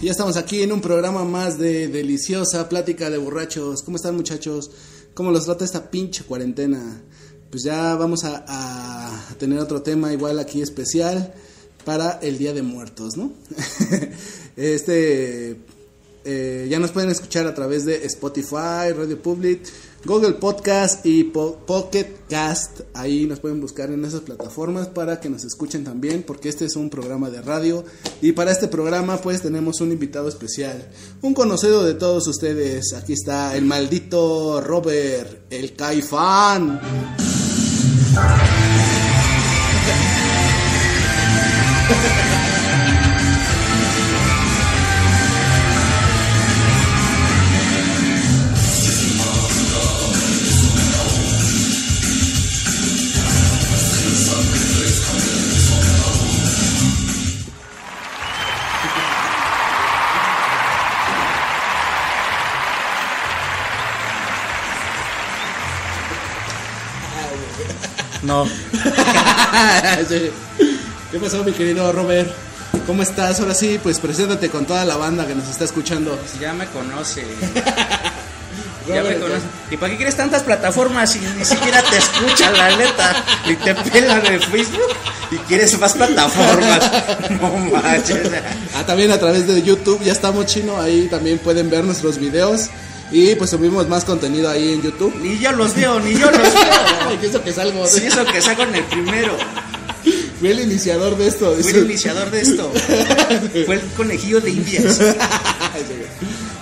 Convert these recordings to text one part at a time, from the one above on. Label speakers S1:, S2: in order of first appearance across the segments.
S1: Ya estamos aquí en un programa más de deliciosa plática de borrachos. ¿Cómo están muchachos? ¿Cómo los trata esta pinche cuarentena? Pues ya vamos a, a tener otro tema igual aquí especial para el Día de Muertos, ¿no? este eh, ya nos pueden escuchar a través de Spotify, Radio Public, Google Podcast y Po- Pocket Cast. Ahí nos pueden buscar en esas plataformas para que nos escuchen también, porque este es un programa de radio. Y para este programa, pues tenemos un invitado especial, un conocido de todos ustedes. Aquí está el maldito Robert, el Caifán.
S2: No,
S1: Sí. ¿Qué pasó, mi querido Robert? ¿Cómo estás? Ahora sí, pues preséntate con toda la banda que nos está escuchando.
S2: ya me conoce. Ya me
S1: Robert,
S2: conoce. ¿Y para qué quieres tantas plataformas si ni siquiera te escuchan, la neta? Y te pelan en Facebook y quieres más plataformas. No manches.
S1: Ah, también a través de YouTube, ya estamos chino, ahí también pueden ver nuestros videos y pues subimos más contenido ahí en YouTube.
S2: Ni yo los veo, ni yo los veo.
S1: Ay, que eso que salgo,
S2: Si eso que saco en el primero.
S1: fui el iniciador de esto.
S2: Fue el iniciador de esto. Fue el conejillo de indias.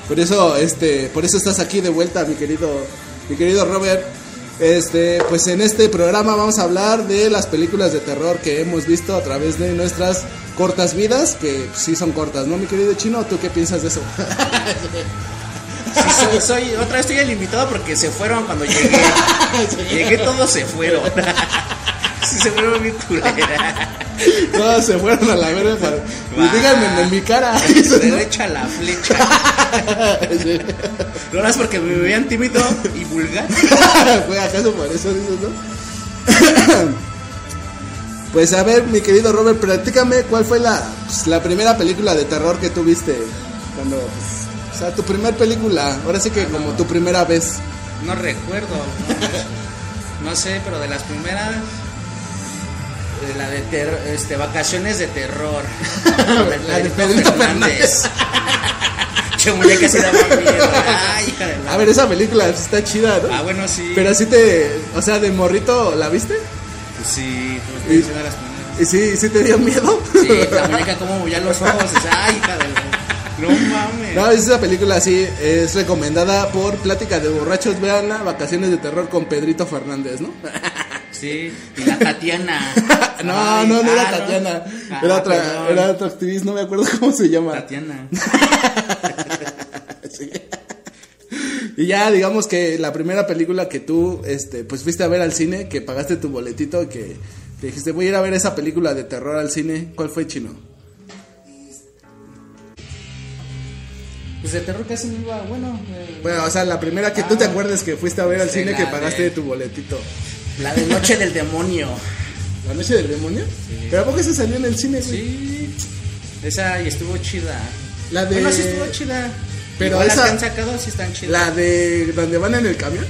S1: Por eso, este, por eso estás aquí de vuelta, mi querido, mi querido Robert. Este, pues en este programa vamos a hablar de las películas de terror que hemos visto a través de nuestras cortas vidas, que sí son cortas, ¿no, mi querido chino? ¿Tú qué piensas de eso?
S2: Sí, soy, soy- otra vez estoy el invitado porque se fueron cuando llegué. Llegué, todos se fueron. Sí, se fueron bien culera.
S1: Todas se fueron a la verga.
S2: Va.
S1: Y díganme en mi cara.
S2: Derecha a la flecha.
S1: Sí.
S2: No más porque me veían tímido y vulgar.
S1: Fue acaso por eso dices, ¿no? pues a ver, mi querido Robert, platícame cuál fue la, pues, la primera película de terror que tuviste. Cuando, pues, o sea, tu primer película. Ahora sí que como tu primera vez.
S2: No recuerdo. No sé, pero de las primeras. eh, La de ter- este, vacaciones de terror.
S1: La de Pedrito Fernández.
S2: Che, muñeca se daba miedo. Ay, hija de la-
S1: A ver, esa película está chida, ¿no?
S2: Ah, bueno, sí.
S1: Pero así te. O sea, de morrito, ¿la viste?
S2: Pues sí,
S1: Eh.
S2: pues estoy diciendo las primeras.
S1: ¿Y sí, sí te dio miedo?
S2: Sí, la muñeca como bulla los ojos. dices, Ay, hija de la- No mames.
S1: No, esa película sí es recomendada por Plática de Borrachos, veanla, Vacaciones de Terror con Pedrito Fernández, ¿no?
S2: Sí, y la Tatiana.
S1: No,
S2: Ay,
S1: no, no
S2: ah,
S1: era Tatiana,
S2: Ah,
S1: era, otra,
S2: perdón.
S1: era otra actriz, no me acuerdo cómo se llama.
S2: Tatiana.
S1: Y ya digamos que la primera película que tú, este, pues fuiste a ver al cine, que pagaste tu boletito, que te dijiste voy a ir a ver esa película de terror al cine, ¿cuál fue chino?
S2: Pues de terror casi no iba. Bueno, eh,
S1: Bueno, o sea, la primera que tú
S2: Ah.
S1: te acuerdes que fuiste a ver al
S2: Sí,
S1: cine
S2: la
S1: que
S2: de-
S1: pagaste tu boletito.
S2: la de Noche del Demonio.
S1: ¿La noche del demonio? ¿Pero a poco se salió en el cine? güey?
S2: Sí. Esa y estuvo chida.
S1: La de-
S2: Bueno, sí estuvo chida.
S1: Pero
S2: Igual
S1: esa-
S2: las que han sacado sí están chidas.
S1: La de donde van en el camión.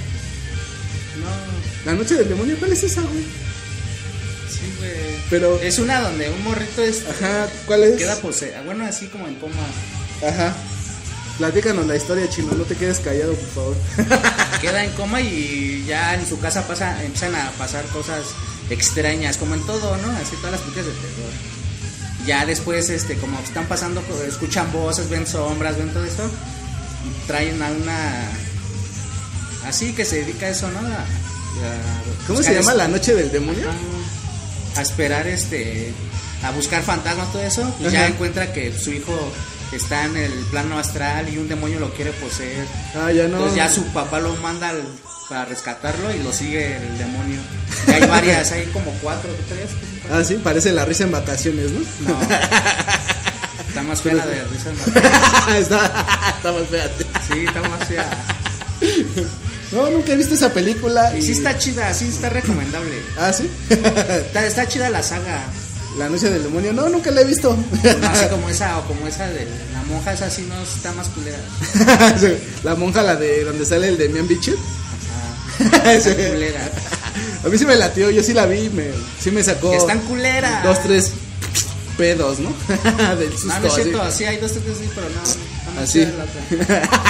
S2: No,
S1: La noche del demonio, ¿cuál es esa, güey?
S2: sí, güey.
S1: Pero-
S2: Es una donde un morrito es,
S1: Ajá, ¿cuál es?
S2: queda pose. Bueno, así como en coma.
S1: Ajá. Platícanos la historia, chino, no te quedes callado, por favor.
S2: queda en coma y ya en su casa pasa, empiezan a pasar cosas extrañas, como en todo, ¿no? Así todas las películas de terror. Ya después, este, como están pasando, co- escuchan voces, ven sombras, ven todo eso, traen a una... Así que se dedica a eso, ¿no? A- a
S1: ¿Cómo
S2: buscar
S1: se llama
S2: es-
S1: la noche del demonio?
S2: a esperar este a buscar fantasmas todo eso y
S1: Ajá.
S2: ya encuentra que su hijo está en el plano astral y un demonio lo quiere poseer
S1: Ah, ya no.
S2: entonces Pues ya su papá lo manda al- para rescatarlo y lo sigue el demonio Y hay varias hay como cuatro tres
S1: Ah, sí, parece la risa en vacaciones, ¿no?
S2: no está más fea la de risa en Vacaciones.
S1: está, está más fea.
S2: sí está más fea
S1: No, nunca he visto esa película.
S2: y sí está chida sí está recomendable
S1: Ah, sí.
S2: está, está chida la saga
S1: La noche del demonio, no, nunca la he visto.
S2: No, así como esa o como esa de la monja, esa sí no está más culera.
S1: la monja, la de donde sale el de Mian Bichir.
S2: Ajá, Ah, está culera.
S1: A mí sí me latió, yo sí la vi, me, sí me sacó
S2: Están culeras.
S1: Oh, dos, tres pedos, ¿no? Del susto.
S2: No, no es
S1: así.
S2: cierto, sí hay dos, tres, sí, pero no. está más
S1: Así.
S2: chida La, otra.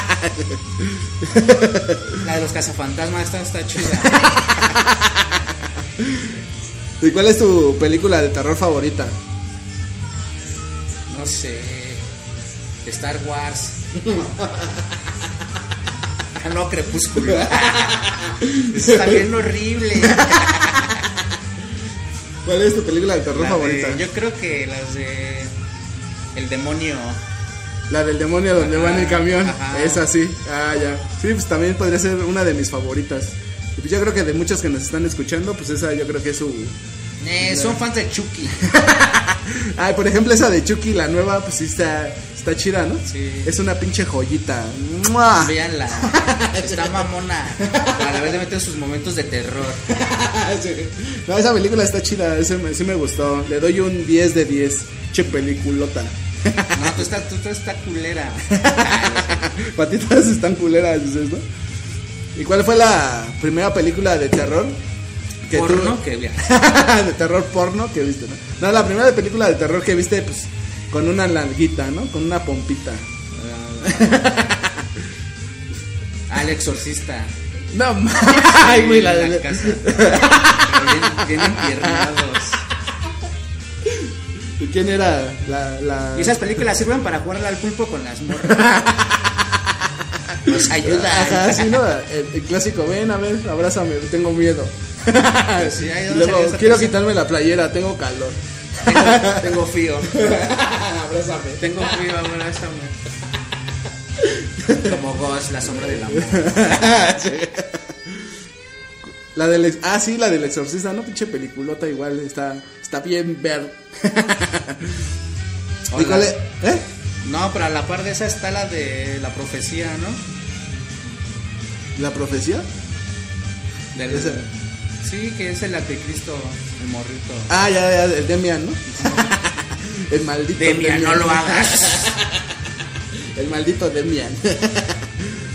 S2: La de los cazafantasmas esta está chida.
S1: ¿Y cuál es tu película de terror favorita?
S2: No sé. Star Wars. Ah, No, Crepúsculo. Eso Está bien horrible.
S1: ¿Cuál es tu película de terror
S2: La de-
S1: favorita?
S2: yo creo que las de. El demonio.
S1: La del demonio donde
S2: Ajá,
S1: va en el camión.
S2: ajá.
S1: Es así. Ah, ya. Sí, pues también podría ser una de mis favoritas. Y pues yo creo que de muchos que nos están escuchando, pues esa yo creo que es su.
S2: Eh, son fans de Chucky.
S1: Ay, por ejemplo, esa de Chucky, la nueva, pues sí está, está chida, ¿no?
S2: Sí.
S1: Es una pinche joyita. ¡Mua!
S2: Veanla. Está mamona. A la vez le meten sus momentos de terror.
S1: Ah, Sí. no, esa película está chida. ese me- sí me gustó. Le doy un 10 de 10. Che peliculota.
S2: No, tú estás, tú, tú estás culera.
S1: Patitas están culeras, dices, ¿no? ¿Y cuál fue la primera película de terror? que tú-
S2: Porno que vean.
S1: de terror porno que viste, ¿no? No, la primera película de terror que viste, pues, con una larguita, ¿no? Con una pompita.
S2: Al exorcista.
S1: No, ma- ay, güey, la,
S2: En
S1: la-
S2: casa. Pero bien, bien empiernados.
S1: ¿Y quién era la, la-
S2: Y esas películas sirven para jugarle al pulpo con las morras. Nos
S1: Ajá,
S2: Pues ayuda. ¿eh?
S1: sí, ¿no? El, el clásico, ven, a ver, abrázame, tengo miedo.
S2: Pues Sí, ahí
S1: Y
S2: donde
S1: Luego,
S2: salió esa
S1: quiero
S2: cosa.
S1: quitarme la playera, tengo calor.
S2: Tengo, tengo frío.
S1: abrázame.
S2: Tengo frío, abrázame. Como Ghost, la sombra del amor.
S1: La del, ex- ah, sí, la del exorcista, no pinche peliculota, igual está, está bien ver. ¿Y
S2: Hola.
S1: cuál es? ¿Eh?
S2: No, pero a la par de esa está la de la profecía, ¿no?
S1: ¿La profecía?
S2: Del-
S1: Esa.
S2: sí, que es el anticristo, el morrito.
S1: Ah, ya, ya, el Demian, ¿no? el maldito
S2: Demian, no lo hagas.
S1: El maldito Demian.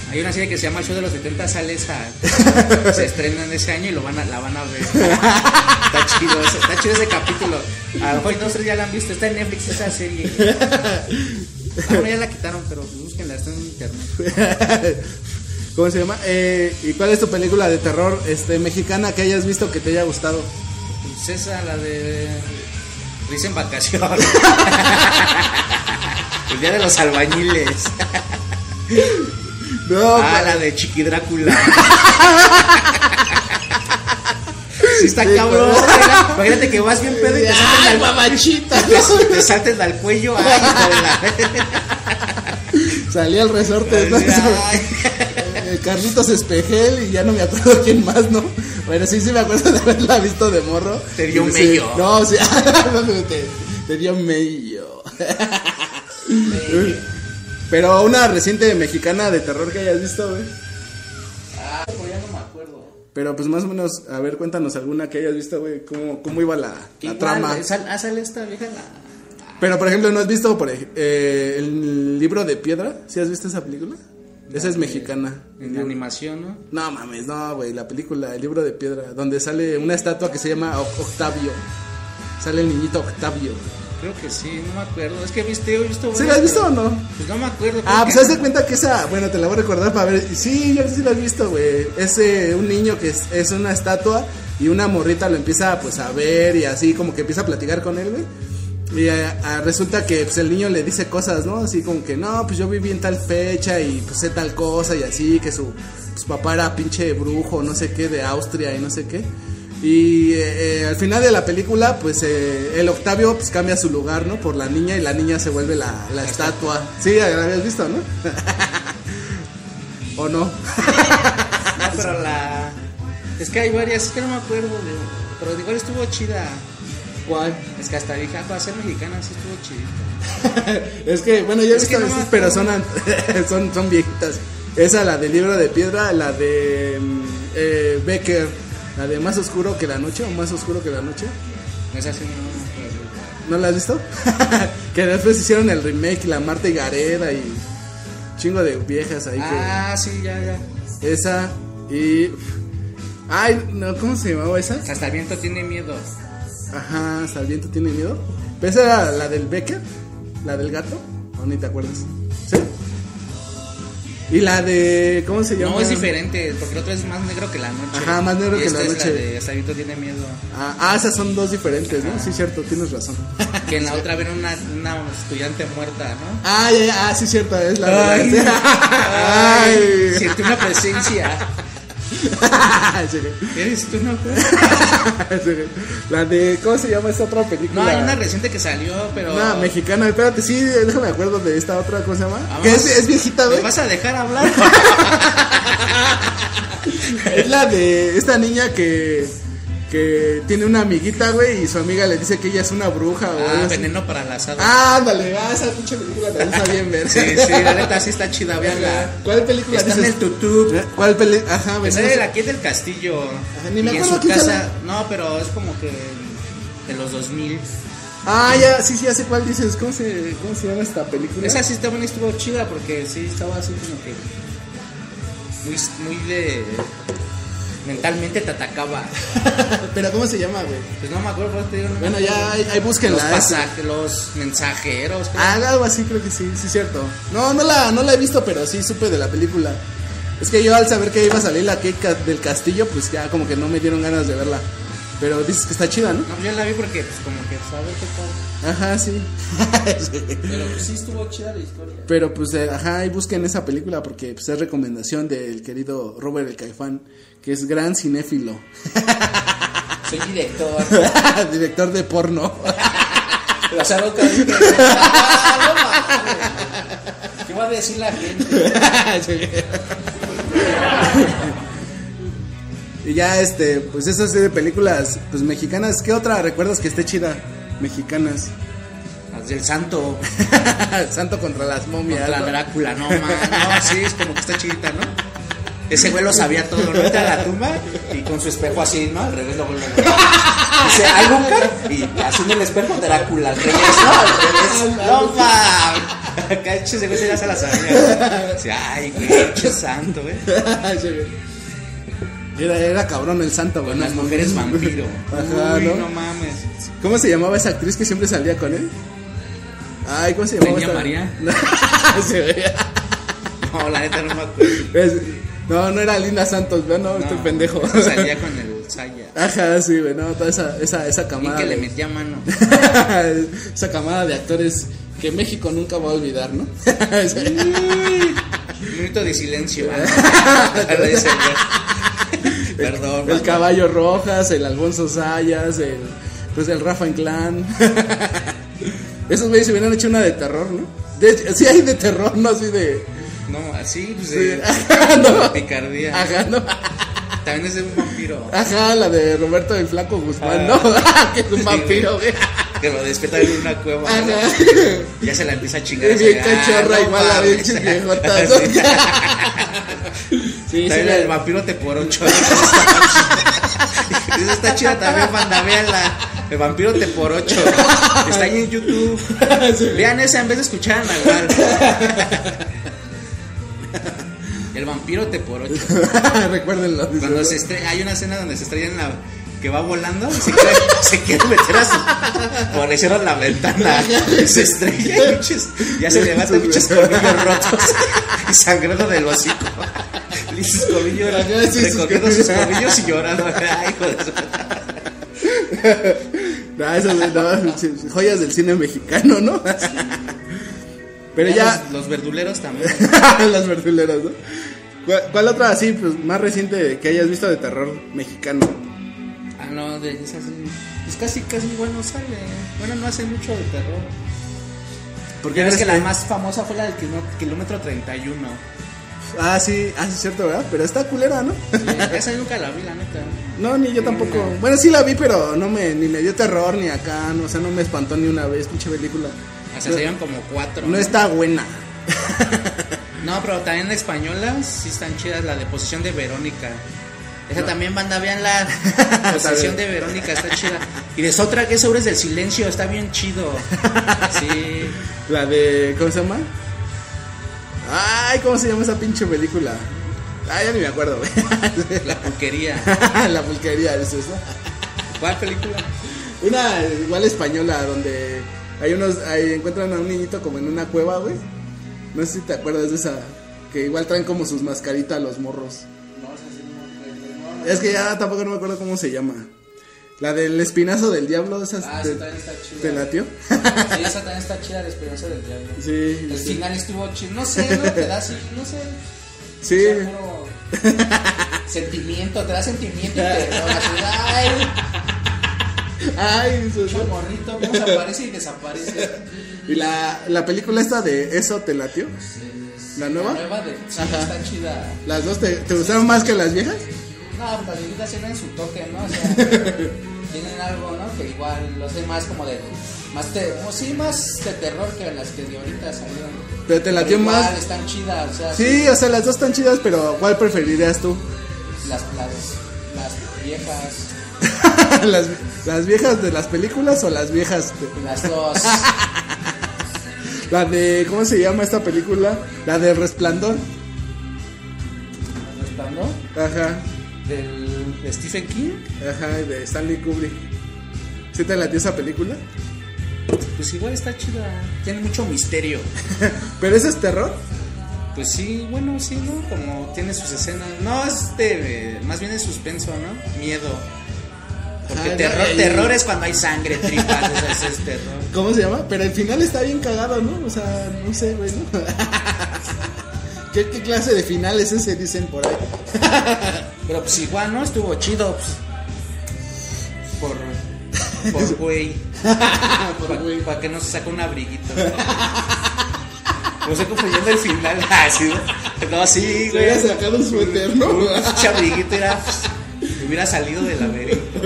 S2: Hay una serie que se llama Show de los 70, sale esa. Se estrena en ese año y lo van a, la van a ver. Está chido, ese- está chido ese capítulo. A lo mejor dos tres ya la han visto, está en Netflix esa serie. Ah, bueno, ya la quitaron, pero pues búsquenla, está en internet.
S1: ¿Cómo se llama? Eh, ¿Y cuál es tu película de terror este, mexicana que hayas visto que te haya gustado?
S2: Pues esa, la de. Risa en vacaciones. El día de los albañiles.
S1: No,
S2: Ah, la de Chiqui Drácula. Sí, está
S1: Sí,
S2: cabrón.
S1: pero-
S2: ¿verdad? Imagínate que vas bien pedo y te saltas al
S1: mamachita!
S2: te, te saltes al cuello. Ay,
S1: Salí al resorte.
S2: con
S1: ¿no?
S2: la- Ay.
S1: Eh, Carlitos Espejel y ya no me acuerdo quién más, ¿no? Bueno, sí, sí me acuerdo de haberla visto de morro.
S2: Te dio
S1: Sí,
S2: mello.
S1: No, sí, te, te dio mello. Pero una reciente mexicana de terror que hayas visto, güey.
S2: Ah, pues ya no me acuerdo.
S1: Pero pues más o menos, a ver, cuéntanos alguna que hayas visto, güey, cómo, cómo iba la, la
S2: Igual,
S1: trama.
S2: eh, sal- ah, sale esta vieja la.
S1: Pero por ejemplo, ¿no has visto por ej- eh, el libro de piedra? ¿Sí has visto esa película? Esa es mexicana.
S2: En la animación, ¿no?
S1: No mames, no, güey, la película, el libro de piedra, donde sale una estatua que se llama O- Octavio. Sale el niñito Octavio.
S2: Creo que sí, no me acuerdo. Es que viste, yo he visto.
S1: ¿Sí
S2: varias,
S1: la has visto o
S2: pero-
S1: no?
S2: Pues no me acuerdo.
S1: Ah,
S2: creo
S1: pues
S2: que-
S1: haz de cuenta que esa, bueno, te la voy a recordar para ver. Sí, yo sí la has visto, güey. Es eh, un niño que es, es una estatua y una morrita lo empieza pues a ver y así como que empieza a platicar con él, güey. Y eh, ah, resulta que pues, el niño le dice cosas, ¿no? Así como que, no, pues yo viví en tal fecha y pues sé tal cosa y así, que su, su papá era pinche brujo, no sé qué, de Austria y no sé qué. Y eh, eh, al final de la película, pues eh, el Octavio pues, cambia su lugar, ¿no? Por la niña y la niña se vuelve la, la estatua. Sí, ya la habías visto, ¿no? ¿O no?
S2: No, pero la. Es que hay varias, es que no me acuerdo. De... Pero igual estuvo chida.
S1: ¿Cuál?
S2: Es que hasta vieja, para ser mexicana, sí estuvo chida.
S1: Es que, bueno, yo he
S2: Es
S1: visto
S2: que no
S1: esas,
S2: me
S1: pero
S2: acuerdo.
S1: son, ant- son, son viejitas. Esa, la del libro de piedra, la de mm, eh, Becker, la de Más oscuro que la noche o Más oscuro que la noche.
S2: Esa sí no me acuerdo.
S1: ¿No la has visto? que después hicieron el remake y la Marta y Gareda y chingo de viejas ahí
S2: Ah, sí, ya, ya.
S1: que esa y ay, no, ¿cómo se llamaba esa?
S2: Hasta el viento tiene miedo.
S1: Ajá, hasta el viento tiene miedo. Pero esa era la del Becker, la del gato, o ni te acuerdas. ¿Sí? Y la de ¿cómo se llama?
S2: No, es diferente, porque el otro es más negro que la noche.
S1: Ajá, más negro
S2: Y
S1: que
S2: esta
S1: la
S2: es
S1: noche.
S2: La de hasta el viento tiene miedo.
S1: Ah, ah, esas son dos diferentes, ¿no? Sí, cierto, tienes razón.
S2: Que en la otra ven una, una estudiante muerta, ¿no?
S1: Ah, ya, ya, ah, sí, cierto, es la de
S2: Ay.
S1: las- Ay.
S2: Sentí una presencia.
S1: Sí, güey.
S2: ¿Eres tú, no?
S1: Sí, güey. La de, ¿cómo se llama esta otra película?
S2: No, hay una reciente que salió, pero.
S1: Una mexicana, espérate, sí, déjame acuerdo de esta otra, ¿cómo se llama?
S2: Vamos.
S1: Que es, es viejita,
S2: ¿Me
S1: güey.
S2: vas a dejar hablar?
S1: Ah, Es la de esta niña que, que tiene una amiguita, güey, y su amiga le dice que ella es una bruja, o algo
S2: Ah,
S1: así.
S2: veneno para el asado.
S1: Ah, ándale, ah, esa pinche película también está bien ver.
S2: Sí, sí, la neta sí está chida,
S1: Verga.
S2: veanla.
S1: ¿Cuál película
S2: Está en
S1: dices?
S2: el tutú.
S1: ¿Cuál película? Ajá,
S2: Pues
S1: venimos-
S2: es de aquí del castillo.
S1: ni me
S2: y en
S1: acuerdo
S2: su
S1: quién
S2: casa. No, pero es como que de los 2000.
S1: Ah, ya, sí, sí, ya sé cuál dices. ¿Cómo se, cómo se llama esta película?
S2: Esa sí también estuvo chida porque sí estaba así como que. Muy, muy de. Mentalmente te atacaba.
S1: Pero ¿cómo se llama, güey?
S2: Pues no me acuerdo, por eso te digo. no me
S1: Bueno,
S2: acuerdo.
S1: ya, ahí, ahí búsquenla.
S2: Los,
S1: ¿eh?
S2: pasaje, los mensajeros. creo.
S1: Ah, algo así creo que sí, sí es cierto. No, no la, no la he visto, pero sí supe de la película. Es que yo al saber que iba a salir la queca del castillo, pues ya como que no me dieron ganas de verla. Pero dices que está chida, ¿no?
S2: No, yo la vi porque, pues como que, ¿sabes qué tal?
S1: Ajá, sí.
S2: Pero pues, sí estuvo chida la historia.
S1: Pero pues, eh, ajá, y busquen esa película porque pues, es recomendación del querido Robert el Caifán, que es gran cinéfilo,
S2: Soy director.
S1: director de porno.
S2: La salud que dice, "Ah, no mames". ¿Qué va a decir la gente?
S1: y ya, este, pues esas de películas pues mexicanas, ¿qué otra recuerdas que esté chida? Mexicanas.
S2: Las del santo
S1: Santo contra las momias.
S2: contra la
S1: ¿no?
S2: Drácula, no man, no, sí, es como que está chidita, ¿no? Ese güey lo sabía todo, ¿no? Entra a la tumba y con su espejo así, ¿no? Al revés lo vuelve a ver. Dice, ¿hay un car-?" Y así en el espejo Drácula, al revés, ¿no? Al revés. No, man. Cacho, ese güey sí ya se la sabía. Dice, ay, güey, qué santo, güey.
S1: Sí, güey. era, era cabrón el santo, güey.
S2: Con las
S1: no
S2: mujeres
S1: mames.
S2: vampiro.
S1: Ajá,
S2: Uy,
S1: ¿no?
S2: no mames.
S1: ¿Cómo se llamaba esa actriz que siempre salía con él? Ay, ¿cómo se llamaba?
S2: Peña
S1: esta?
S2: María.
S1: Sí, güey.
S2: No, la neta no me acuerdo.
S1: Es- no, no era Linda Santos, no, no, estoy pendejo.
S2: eso Salía con el Saya.
S1: Ajá, sí, güey, no, toda esa, esa, esa
S2: Y
S1: camada.
S2: que le
S1: de-
S2: metía mano.
S1: esa camada de actores que México nunca va a olvidar, ¿no?
S2: Un minuto de silencio. Agradece, güey. Perdón.
S1: el Caballo Rojas, el Alfonso Sayas, el, pues el Rafa Inclán. Esos güeyes se hubieran hecho una de terror, ¿no? De hecho, sí hay de terror, no así de...
S2: No, así, pues
S1: Sí.
S2: eh,
S1: No.
S2: picardía.
S1: Ajá, ¿no?
S2: También es de un vampiro.
S1: Ajá, la de Roberto el Flaco Guzmán, ¿no? que es un
S2: Ah. Sí,
S1: vampiro, güey.
S2: Que lo despierta en una cueva. ¿no?
S1: Ajá.
S2: Ya se la empieza a chingar.
S1: Es
S2: así,
S1: Ah, bien
S2: ah,
S1: cachorra,
S2: no
S1: igual a
S2: mames.
S1: pinches viejotas.
S2: Sí.
S1: Sí, sí,
S2: También el
S1: la-
S2: vampiro te por ocho. Esa está chida también, banda, véanla. El vampiro te por ocho. Está ahí en YouTube. Vean esa en vez de escuchar a Nahual. El vampiro te por ocho.
S1: Recuérdenlo. dice,
S2: Cuando
S1: ¿no?
S2: se estrella, hay una escena donde se estrella en la que va volando y se quiere, se quiere meter a su. O le cierran la ventana. Y se estrella y pinches- ya se levanta pinches colmillos rotos y sangrando del hocico. Y sus colmillos
S1: Ajá, sí, sus
S2: recogiendo
S1: colmillos.
S2: sus colmillos y llorando. Ay, hijo de su-
S1: No, esas no, joyas del cine mexicano, ¿no? Pero ya,
S2: Los, los verduleros también.
S1: las verduleras, ¿no? ¿Cuál, cuál otra así, pues, más reciente que hayas visto de terror mexicano?
S2: Ah, no, de esas. sí. Pues casi, casi igual no sale. Bueno, no hace mucho de terror. Porque ves que la más famosa fue la del kilo- kilómetro 31.
S1: Ah, sí, ah, sí, es cierto, ¿verdad? Pero está culera, ¿no?
S2: Esa nunca la vi, la neta.
S1: No, ni yo tampoco. Bueno, sí la vi, pero no me, ni me dio terror ni acá, no, o sea, no me espantó ni una vez, pinche película.
S2: O sea, serían como cuatro.
S1: No está buena.
S2: No, pero también españolas sí están chidas. La de Posición de Verónica. Esa también banda, vean la posesión de Verónica, está chida. Y de Sotra, que es Sobres del Silencio, está bien chido. Sí.
S1: La de. ¿Cómo se llama? Ay, ¿cómo se llama esa pinche película? Ay, ya ni me acuerdo, güey.
S2: La pulquería.
S1: La pulquería, es eso.
S2: ¿Cuál película?
S1: Una igual española donde hay unos ahí encuentran a un niñito como en una cueva, güey. No sé si te acuerdas de esa que igual traen como sus mascaritas los morros. Es que ya tampoco no me acuerdo cómo se llama. La del espinazo del diablo, esa
S2: Ah,
S1: te,
S2: esa también está chida.
S1: te latió.
S2: Sí, esa también está chida, la esperanza del diablo.
S1: Sí,
S2: El
S1: sí.
S2: final estuvo chido. No sé, no te da, sí, no sé.
S1: Sí.
S2: O sea, puro sentimiento, te da sentimiento y te ay,
S1: Ay, eso,
S2: mucho
S1: eso.
S2: morrito, cómo se aparece y desaparece.
S1: Y la, la película esta de Eso te latió. ¿La nueva?
S2: La nueva de sí,
S1: Ajá.
S2: está chida.
S1: ¿Las dos te, te gustaron más que las viejas?
S2: No, pues las viejitas tienen su toque, ¿no? O sea, tienen algo, ¿no? Que igual lo hace más como de. Más te, como sí, más de terror que las que de ahorita salieron.
S1: Pero te latió
S2: igual
S1: más.
S2: Están chidas, o sea,
S1: Sí, o sea, las dos están chidas, pero ¿cuál preferirías tú?
S2: Las, las, las viejas,
S1: ¿Las, las viejas de las películas o las viejas de,
S2: las dos.
S1: La de, ¿cómo se llama esta película? La de Resplandor.
S2: ¿No?
S1: Ajá,
S2: Del de Stephen King.
S1: ajá, de Stanley Kubrick. ¿Sí te latió esa película?
S2: Pues igual está chida. Tiene mucho misterio.
S1: ¿Pero ese es terror?
S2: Pues sí, bueno, sí, ¿no? Como tiene sus escenas. No, es de. Más bien es suspenso, ¿no? Miedo. Porque
S1: Ajá,
S2: terror,
S1: el-
S2: terror es cuando hay sangre, tripas, o sea, ese es terror.
S1: ¿Cómo se llama? Pero el final está bien cagado, ¿no? O sea, no sé, güey, ¿no? ¿Qué, qué clase de final es ese? Dicen por ahí.
S2: Pero pues igual, ¿no? Estuvo chido, pues. Por. Por güey.
S1: Por güey.
S2: Para que no se saque un abriguito. No sé confundiendo el final. Ah, sí, ¿no? No, sí,
S1: Se
S2: güey.
S1: hubiera sacado un suéter, ¿no?
S2: Un pinche abriguito era. pues, hubiera salido del laberinto.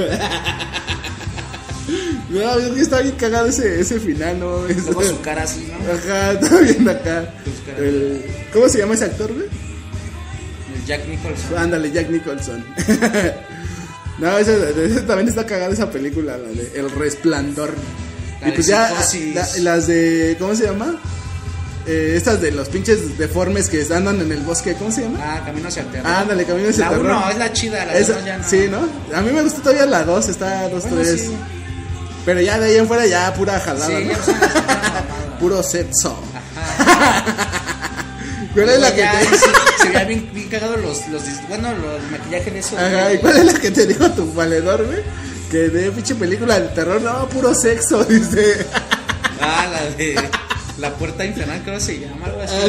S1: No, es que está bien cagado ese, ese final, ¿no? Es-
S2: Luego su cara así, ¿no?
S1: Ajá, está bien acá.
S2: Tus caras.
S1: El- ¿Cómo se llama ese actor, güey?
S2: El Jack Nicholson.
S1: Ándale, Jack Nicholson. no, esa- esa- también está cagada esa película, la de El Resplandor.
S2: La
S1: y
S2: de
S1: pues ya,
S2: Psicosis.
S1: la- las de, ¿cómo se llama? Eh, estas de los pinches deformes que andan en el bosque, ¿cómo se llama?
S2: Ah, Camino hacia el terror.
S1: Ándale, camino ese
S2: la
S1: terror.
S2: uno es la chida, la
S1: Esa-
S2: dos ya no.
S1: Sí, ¿no? A mí me gustó todavía la 2, está 2,
S2: Bueno,
S1: 3.
S2: sí.
S1: Pero ya de ahí en fuera, ya pura jalada,
S2: Sí,
S1: ¿no?
S2: ya son las mamadas.
S1: Puro sexo. ¿Cuál es la que
S2: Ya,
S1: te...
S2: sí, se veía bien, bien cagado los, los dis- bueno los maquillajes de eso
S1: Ajá, ¿y cuál es la que te dijo tu valedor, güey? Que de pinche película de terror, no, puro sexo, dice.
S2: ah la de la puerta infernal creo que se llama algo así
S1: Ah,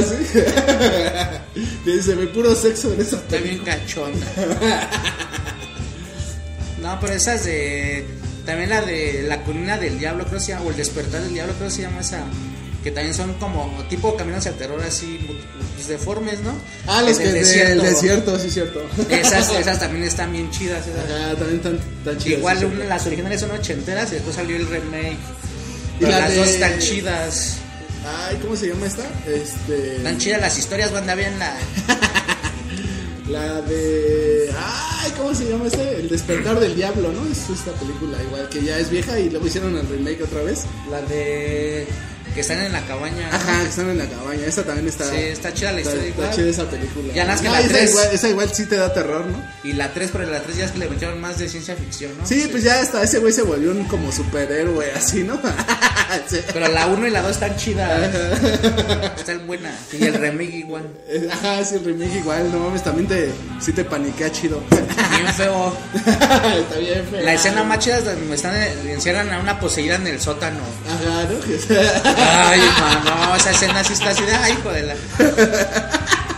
S1: sí. dice, ve puro sexo en esa
S2: está
S1: película.
S2: bien cachonda no pero esas de también la de la colina del diablo creo que se llama o el despertar del diablo creo que se llama esa que también son como tipo caminos hacia el terror así pues, deformes no
S1: Ah, los
S2: Del
S1: que del desierto, sí, cierto.
S2: esas esas también están bien chidas esas.
S1: Ajá, también tan, tan chidas, sí,
S2: Igual una-
S1: cierto.
S2: las originales son ochenteras y después salió el remake.
S1: Y
S2: Pero
S1: la
S2: las
S1: de-
S2: dos están chidas.
S1: Ay, ¿cómo se llama esta? Este.
S2: Están chidas las historias, banda, bien la...
S1: La de. Ay, ¿cómo se llama este? El despertar del diablo, ¿no? Es esta película, igual que ya es vieja y luego hicieron el remake otra vez.
S2: La de... Que están en la cabaña. ¿no?
S1: Ajá, que están en la cabaña. Esa también está.
S2: Sí, está chida la
S1: Está,
S2: historia
S1: está
S2: igual.
S1: chida esa película. Ah,
S2: Ya nada más que la
S1: esa,
S2: tres. Ah,
S1: igual, esa igual sí te da terror, ¿no?
S2: Y la 3, pero la 3 ya es que le metieron más de ciencia ficción, ¿no?
S1: Sí, pues ya hasta ese güey se volvió un como superhéroe así, ¿no? Sí.
S2: Pero la 1 y la 2 están chidas. están buenas. Y el remake igual.
S1: Ajá, sí, el remake igual, no mames, también te, sí te paniquea chido.
S2: Bien feo.
S1: Está bien feo.
S2: La escena más chida es donde están, encierran a una poseída en el sótano.
S1: Ajá, ¿no? Que-
S2: Ay, mano, esa escena sí está así de, ay, hijo de la.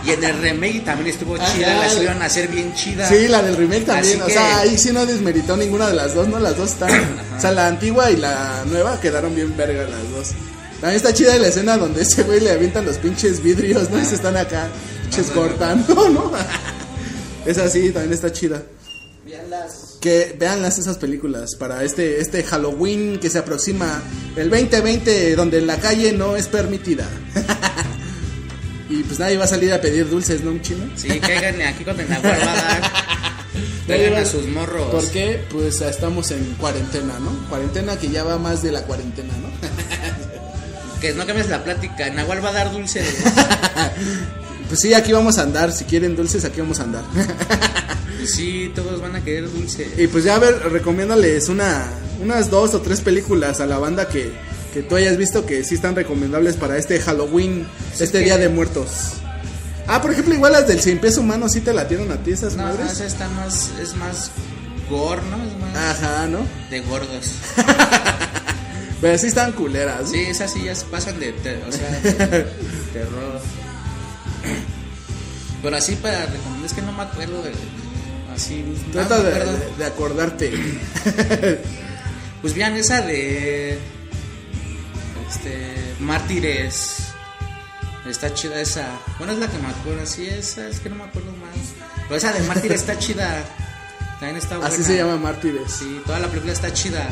S2: Y en el remake también estuvo
S1: Ajá.
S2: chida, la subieron a hacer bien chida.
S1: Sí, la del remake también,
S2: Así
S1: o
S2: que-
S1: sea, ahí sí no desmeritó ninguna de las dos, ¿no? Las dos están, o sea, la antigua y la nueva quedaron bien verga las dos. También está chida la escena donde ese güey le avientan los pinches vidrios, ¿no? Y se están acá,
S2: Ah,
S1: pinches cortando, ¿no? Es así, también está chida. Que veanlas esas películas para este, este Halloween que se aproxima el 2020, donde la calle no es permitida. y pues nadie va a salir a pedir dulces, ¿no, un chino?
S2: Sí, cáiganle aquí cuando en la guardada. Ya
S1: llevan-
S2: a sus morros.
S1: ¿Por qué? Pues estamos en cuarentena, ¿no? Cuarentena que ya va más de la cuarentena, ¿no?
S2: Que no cambies la plática. Nahual va a dar dulce. güey.
S1: Pues sí, aquí vamos a andar. Si quieren dulces, aquí vamos a andar.
S2: Y sí, todos van a querer dulce.
S1: Y pues ya, a ver, recomiéndales una, unas dos o tres películas a la banda que, que tú hayas visto que sí están recomendables para este Halloween, este
S2: que-
S1: Día de Muertos. Ah, por ejemplo, igual las del Cien Pies Humano sí te la tiran a ti esas
S2: No, no,
S1: madres.
S2: esa está más. Es más gore, ¿no? Es más
S1: Ajá, ¿no?
S2: de gordos.
S1: Pero sí están culeras.
S2: Sí, esas sí ya se pasan de. ter- o sea, de terror. Pero así para recomendar. Es que no me acuerdo de. Así. no
S1: Trata
S2: me
S1: de,
S2: acuerdo.
S1: de- de acordarte.
S2: Pues vean esa de. Este. Mártires. Está chida esa. Bueno, es la que me acuerdo. Sí, esa es que no me acuerdo más. Pero esa de Mártires está chida. También está buena.
S1: Así se llama Mártires.
S2: Sí, toda la película está chida.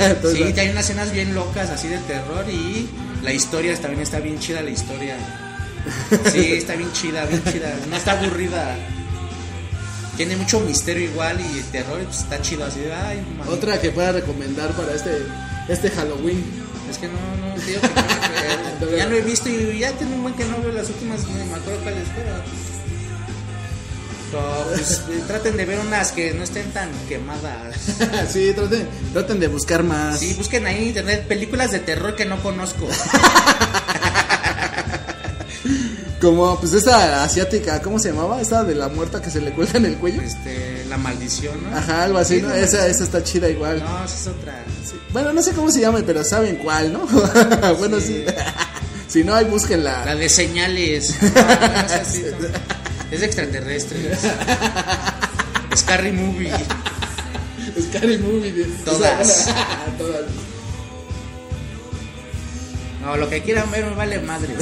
S1: Entonces,
S2: Sí, hay unas escenas bien locas así de terror y la historia también está bien chida la historia. Sí, está bien chida, bien chida. No está aburrida. Tiene mucho misterio igual y terror pues, está chido así de, ay, mami.
S1: Otra que pueda recomendar para este, este Halloween.
S2: Es que no, no, tío, que no me acuerdo. ya no he visto y ya tengo un buen que no veo las últimas, ni me acuerdo cuáles fueron. Pero, pues, eh, traten de ver unas que no estén tan quemadas.
S1: sí, traten, traten de buscar más.
S2: Sí, busquen ahí en internet películas de terror que no conozco.
S1: Como pues esta asiática, ¿cómo se llamaba? Esta de la muerta que se le cuelga en el cuello.
S2: Este, la maldición, ¿no?
S1: Ajá, algo así,
S2: Sí,
S1: ¿no?
S2: no,
S1: Esa, esa está chida igual.
S2: No, esa es otra.
S1: Sí. Bueno, no sé cómo se llame, pero saben cuál, ¿no? bueno, sí.
S2: Sí.
S1: si no, ahí búsquenla.
S2: La de señales. No, no, esa sí, no. Es de extraterrestres. Scary Movie.
S1: Scary Movie. de-
S2: Todas.
S1: esa- todas.
S2: No, lo que quieran ver me vale madre.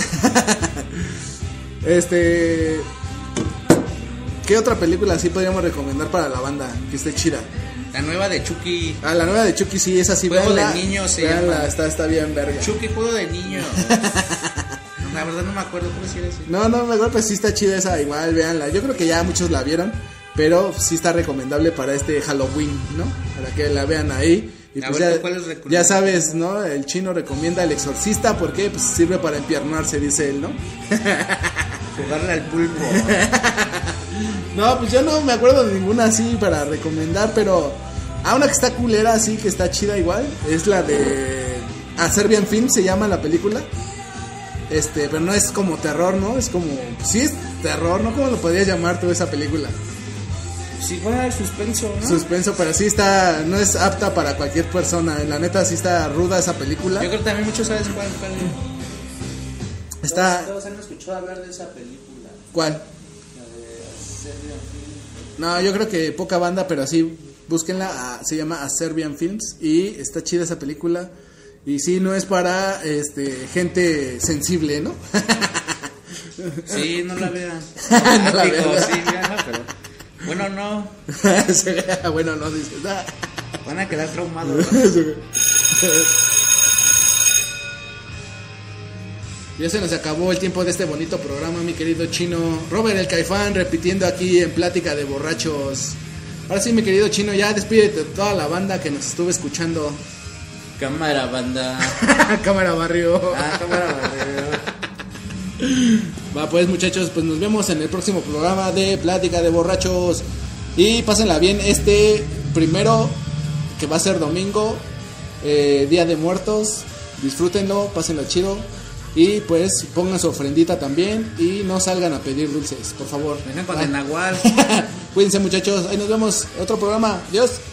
S1: Este... ¿Qué otra película sí podríamos recomendar para la banda? Que esté chida.
S2: La nueva de Chucky.
S1: Ah, la nueva de Chucky sí, esa sí.
S2: Juego de
S1: véanla,
S2: niños se
S1: véanla,
S2: llama.
S1: Está, está bien verga.
S2: Chucky, juego de niño. La verdad no me acuerdo cómo se llama.
S1: No, no, me golpe sí está chida esa, igual, véanla. Yo creo que ya muchos la vieron, pero sí está recomendable para este Halloween, ¿no? Para que la vean ahí. Y
S2: A
S1: pues
S2: ver,
S1: ya,
S2: ¿tú cuál les recomiendas?
S1: ya sabes, ¿no? El chino recomienda el exorcista porque pues, sirve para empiernarse, dice él, ¿no?
S2: Jugarle al pulpo.
S1: No, pues yo no me acuerdo de ninguna así para recomendar, pero a una que está culera así, que está chida igual, es la de A Serbian Film, se llama la película. Este, pero no es como terror, ¿no? Es como, pues sí es terror, ¿no? ¿Cómo lo podrías llamar tú esa película?
S2: Pues igual, suspenso, ¿no?
S1: Suspenso, pero sí está, no es apta para cualquier persona. La neta sí está ruda esa película.
S2: Yo creo que también muchos sabes cuál. cuál es.
S1: Está,
S2: han escuchado hablar de esa película.
S1: ¿cuál?
S2: La de
S1: No, yo creo que poca banda, pero sí, búsquenla, a- se llama A Serbian Films y está chida esa película. Y sí, no es para este gente sensible, ¿no?
S2: Sí, no la vean.
S1: No la
S2: Digo,
S1: vean.
S2: sí, ya, pero- Bueno, no.
S1: bueno, no dices. ah.
S2: Van a quedar traumados.
S1: Ya se nos acabó el tiempo de este bonito programa, mi querido chino. Robert el Caifán repitiendo aquí en Plática de Borrachos. Ahora sí, mi querido chino, ya despídete de toda la banda que nos estuvo escuchando.
S2: Cámara, banda.
S1: Cámara Barrio.
S2: Ah, cámara, banda.
S1: Va pues muchachos, pues nos vemos en el próximo programa de Plática de Borrachos. Y pásenla bien este primero, que va a ser domingo, eh, Día de Muertos. Disfrútenlo, pásenlo chido. Y pues pongan su ofrendita también y no salgan a pedir dulces, por favor.
S2: Vengan con el Nahual.
S1: Cuídense muchachos, ahí nos vemos. Otro programa. Adiós.